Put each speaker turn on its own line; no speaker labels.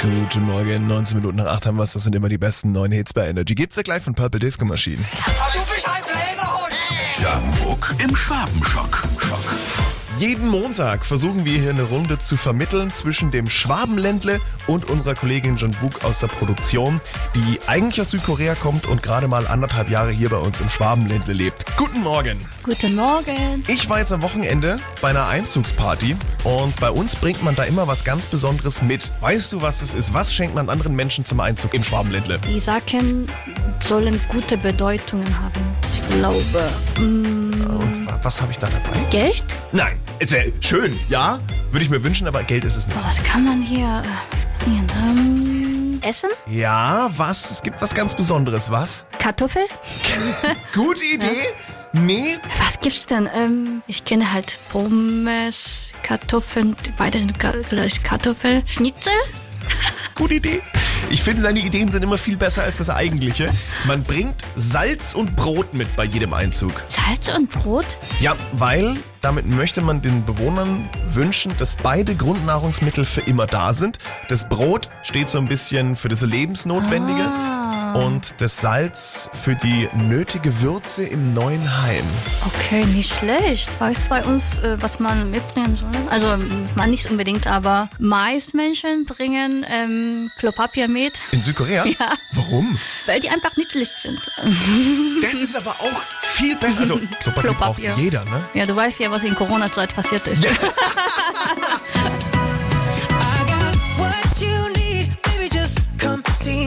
Guten Morgen, 19 Minuten nach 8 haben wir es. Das sind immer die besten neuen Hits bei Energy. Gibt's ja gleich von Purple Disco Machine.
Aber Ah, du bist ein blöder Hund.
Jump im Schwabenschock. Schock.
Jeden Montag versuchen wir hier eine Runde zu vermitteln zwischen dem Schwabenländle und unserer Kollegin John Wook aus der Produktion, die eigentlich aus Südkorea kommt und gerade mal anderthalb Jahre hier bei uns im Schwabenländle lebt. Guten Morgen.
Guten Morgen.
Ich war jetzt am Wochenende bei einer Einzugsparty und bei uns bringt man da immer was ganz Besonderes mit. Weißt du, was das ist? Was schenkt man anderen Menschen zum Einzug im Schwabenländle?
Die Sachen sollen gute Bedeutungen haben. Ich glaube. mm,
Und wa- was habe ich da dabei?
Geld?
Nein, es wäre schön, ja? Würde ich mir wünschen, aber Geld ist es nicht.
Boah, Oh, Was kann man hier. äh, hier ähm, essen?
Ja, was? Es gibt was ganz Besonderes, was?
Kartoffel?
Gute Idee? Nee?
Was gibt's denn? Ähm, ich kenne halt Pommes, Kartoffeln, beide sind ka- gleich Kartoffel. Schnitzel?
Gute Idee. Ich finde, deine Ideen sind immer viel besser als das eigentliche. Man bringt Salz und Brot mit bei jedem Einzug.
Salz und Brot?
Ja, weil damit möchte man den Bewohnern wünschen, dass beide Grundnahrungsmittel für immer da sind. Das Brot steht so ein bisschen für das Lebensnotwendige
Ah.
und das Salz für die nötige Würze im neuen Heim.
Okay, nicht schlecht. Weißt bei uns, äh, was man mitbringen soll? Also, muss man nicht unbedingt, aber meist Menschen bringen ähm, Klopapier mit,
In Südkorea? Ja. Warum?
weil die einfach nützlich sind.
Das ist aber auch viel besser. Also Klopapier,
Klopapier.
braucht jeder, ne?
Ja, du weißt ja, was in Corona-Zeit passiert ist.